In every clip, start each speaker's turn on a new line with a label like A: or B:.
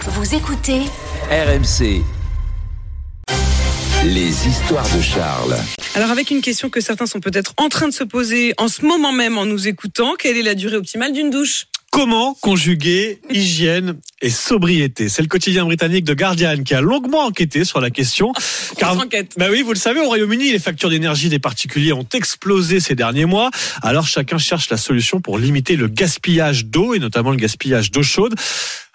A: Vous écoutez
B: RMC. Les histoires de Charles.
C: Alors avec une question que certains sont peut-être en train de se poser en ce moment même en nous écoutant, quelle est la durée optimale d'une douche
D: Comment conjuguer hygiène et sobriété C'est le quotidien britannique The Guardian qui a longuement enquêté sur la question.
C: Ah, Grosse enquête.
D: bah oui, vous le savez, au Royaume-Uni, les factures d'énergie des particuliers ont explosé ces derniers mois. Alors chacun cherche la solution pour limiter le gaspillage d'eau et notamment le gaspillage d'eau chaude.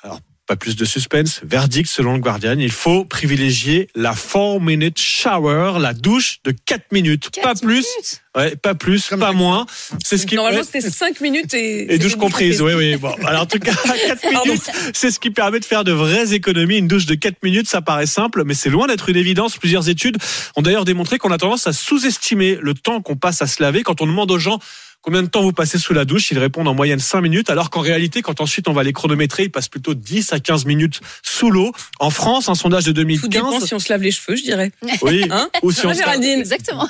D: Alors pas plus de suspense. Verdict selon le Guardian, il faut privilégier la 4 minute shower, la douche de 4 minutes,
C: Quatre
D: pas plus,
C: minutes
D: ouais, pas plus, pas moins. C'est ce qui
C: Normalement c'était 5 minutes et...
D: et douche comprise, oui, oui. Bon, alors en tout cas, 4
C: Pardon.
D: minutes, c'est ce qui permet de faire de vraies économies. Une douche de 4 minutes, ça paraît simple, mais c'est loin d'être une évidence. Plusieurs études ont d'ailleurs démontré qu'on a tendance à sous-estimer le temps qu'on passe à se laver. Quand on demande aux gens combien de temps vous passez sous la douche, ils répondent en moyenne 5 minutes, alors qu'en réalité, quand ensuite on va les chronométrer, ils passent plutôt 10 à 15 minutes sous l'eau. En France, un sondage de
C: Tout dépend
D: 2015,
C: si on se lave les cheveux, je dirais.
D: oui,
C: Hein
D: ou, si on,
C: Ah, Géraldine
E: Exactement.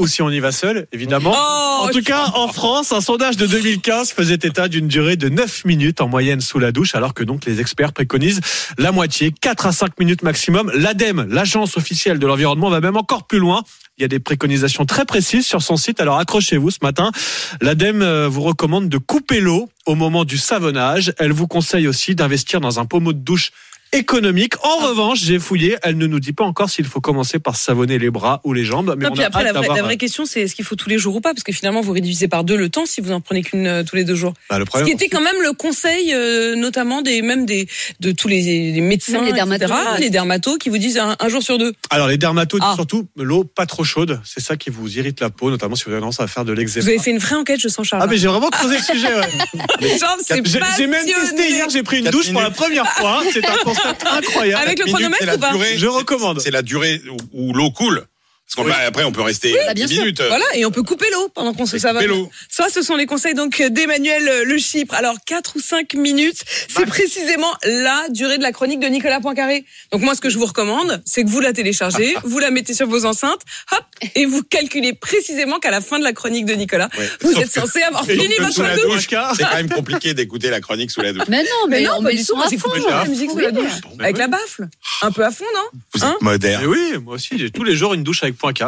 D: ou si on y va seul, évidemment.
C: Oh,
D: En tout cas, en France, un sondage de 2015 faisait état d'une durée de 9 minutes en moyenne sous la douche, alors que donc les experts préconisent la moitié, 4 à 5 minutes maximum. L'ADEME, l'agence officielle de l'environnement, va même encore plus loin. Il y a des préconisations très précises sur son site, alors accrochez-vous ce matin. L'ADEME euh, vous recommande de couper l'eau au moment du savonnage. Elle vous conseille aussi d'investir dans un pommeau de douche économique. En revanche, j'ai fouillé, elle ne nous dit pas encore s'il faut commencer par savonner les bras ou les jambes. Mais
C: Non,
D: on
C: puis
D: a
C: après,
D: hâte
C: la vraie,
D: d'avoir,
C: la
D: euh,
C: vraie question, c'est est-ce qu'il faut tous les jours ou pas Parce que finalement, vous réduisez par deux le temps si vous en prenez qu'une euh, tous les deux jours.
D: bah, le
C: Ce
D: problème.
C: qui était quand même le conseil, euh, notamment des même des de tous les, les médecins,
E: Même les
C: etc.,
E: dermatos, ouais.
C: les dermatos qui vous disent un, un jour sur deux.
D: Alors les dermatos,
C: Ah.
D: surtout l'eau pas trop chaude, c'est ça qui vous irrite la peau, notamment si vous avez tendance à faire de
C: Vous avez
D: l'eczéma.
C: fait une vraie enquête, je sens Charles. Hein.
D: Ah mais j'ai vraiment creusé le sujet. ouais.
C: Charles, c'est
D: J'ai j'ai même testé
C: passionné.
D: hier, j'ai pris une
F: Quatre
D: douche pour la
F: minutes.
D: première fois. hein, C'est un concept incroyable.
C: Avec le
F: Minutes, c'est
C: chronomètre
F: la
C: ou pas
F: durée-
D: Je
F: c'est-
D: recommande.
F: C'est la durée où, où l'eau coule. Parce qu'on- bah, après, on peut rester
E: bah,
F: 10
E: bien sûr.
F: minutes.
C: Voilà, et on peut couper l'eau pendant qu'on se
F: Et
C: savonne.
F: couper l'eau.
C: Ça, ce sont les conseils donc d'Emmanuel euh, Le Chypre. Alors, 4 ou 5 minutes,
F: Bah.
C: c'est précisément la durée de la chronique de Nicolas Poincaré. Donc moi, ce que je vous recommande, c'est que vous la téléchargez, vous la mettez sur vos enceintes, hop, et vous calculez précisément qu'à la fin de la chronique de Nicolas,
F: Ouais.
C: vous
F: Sauf
C: êtes
F: que-
C: censé avoir
F: Et
C: fini
F: donc,
C: votre
F: sous la
C: douche.
F: douche,
D: Car-
F: c'est quand même compliqué d'écouter la chronique sous la douche.
E: Mais non, mais,
C: Mais non,
E: on
C: pas
E: met
C: du
E: le son
C: tout.
E: à
C: J'ai
E: fond.
C: coupé la
E: hein.
C: musique sous
E: Oui.
C: la douche. Avec la baffle. Un peu à fond, non
F: Vous
C: Hein
F: êtes moderne.
D: Mais oui, moi aussi, j'ai tous les jours une douche avec point K.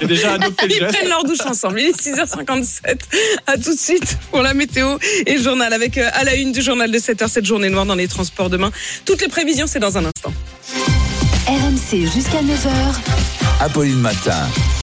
D: J'ai déjà adopté le
C: Ils
D: geste.
C: prennent leur douche ensemble. Il est 6h57. À tout de suite pour la météo et le journal avec euh, à la une du journal de 7h cette journée noire dans les transports demain. Toutes les prévisions, c'est dans un instant.
A: RMC jusqu'à 9h.
B: Apolline Matin.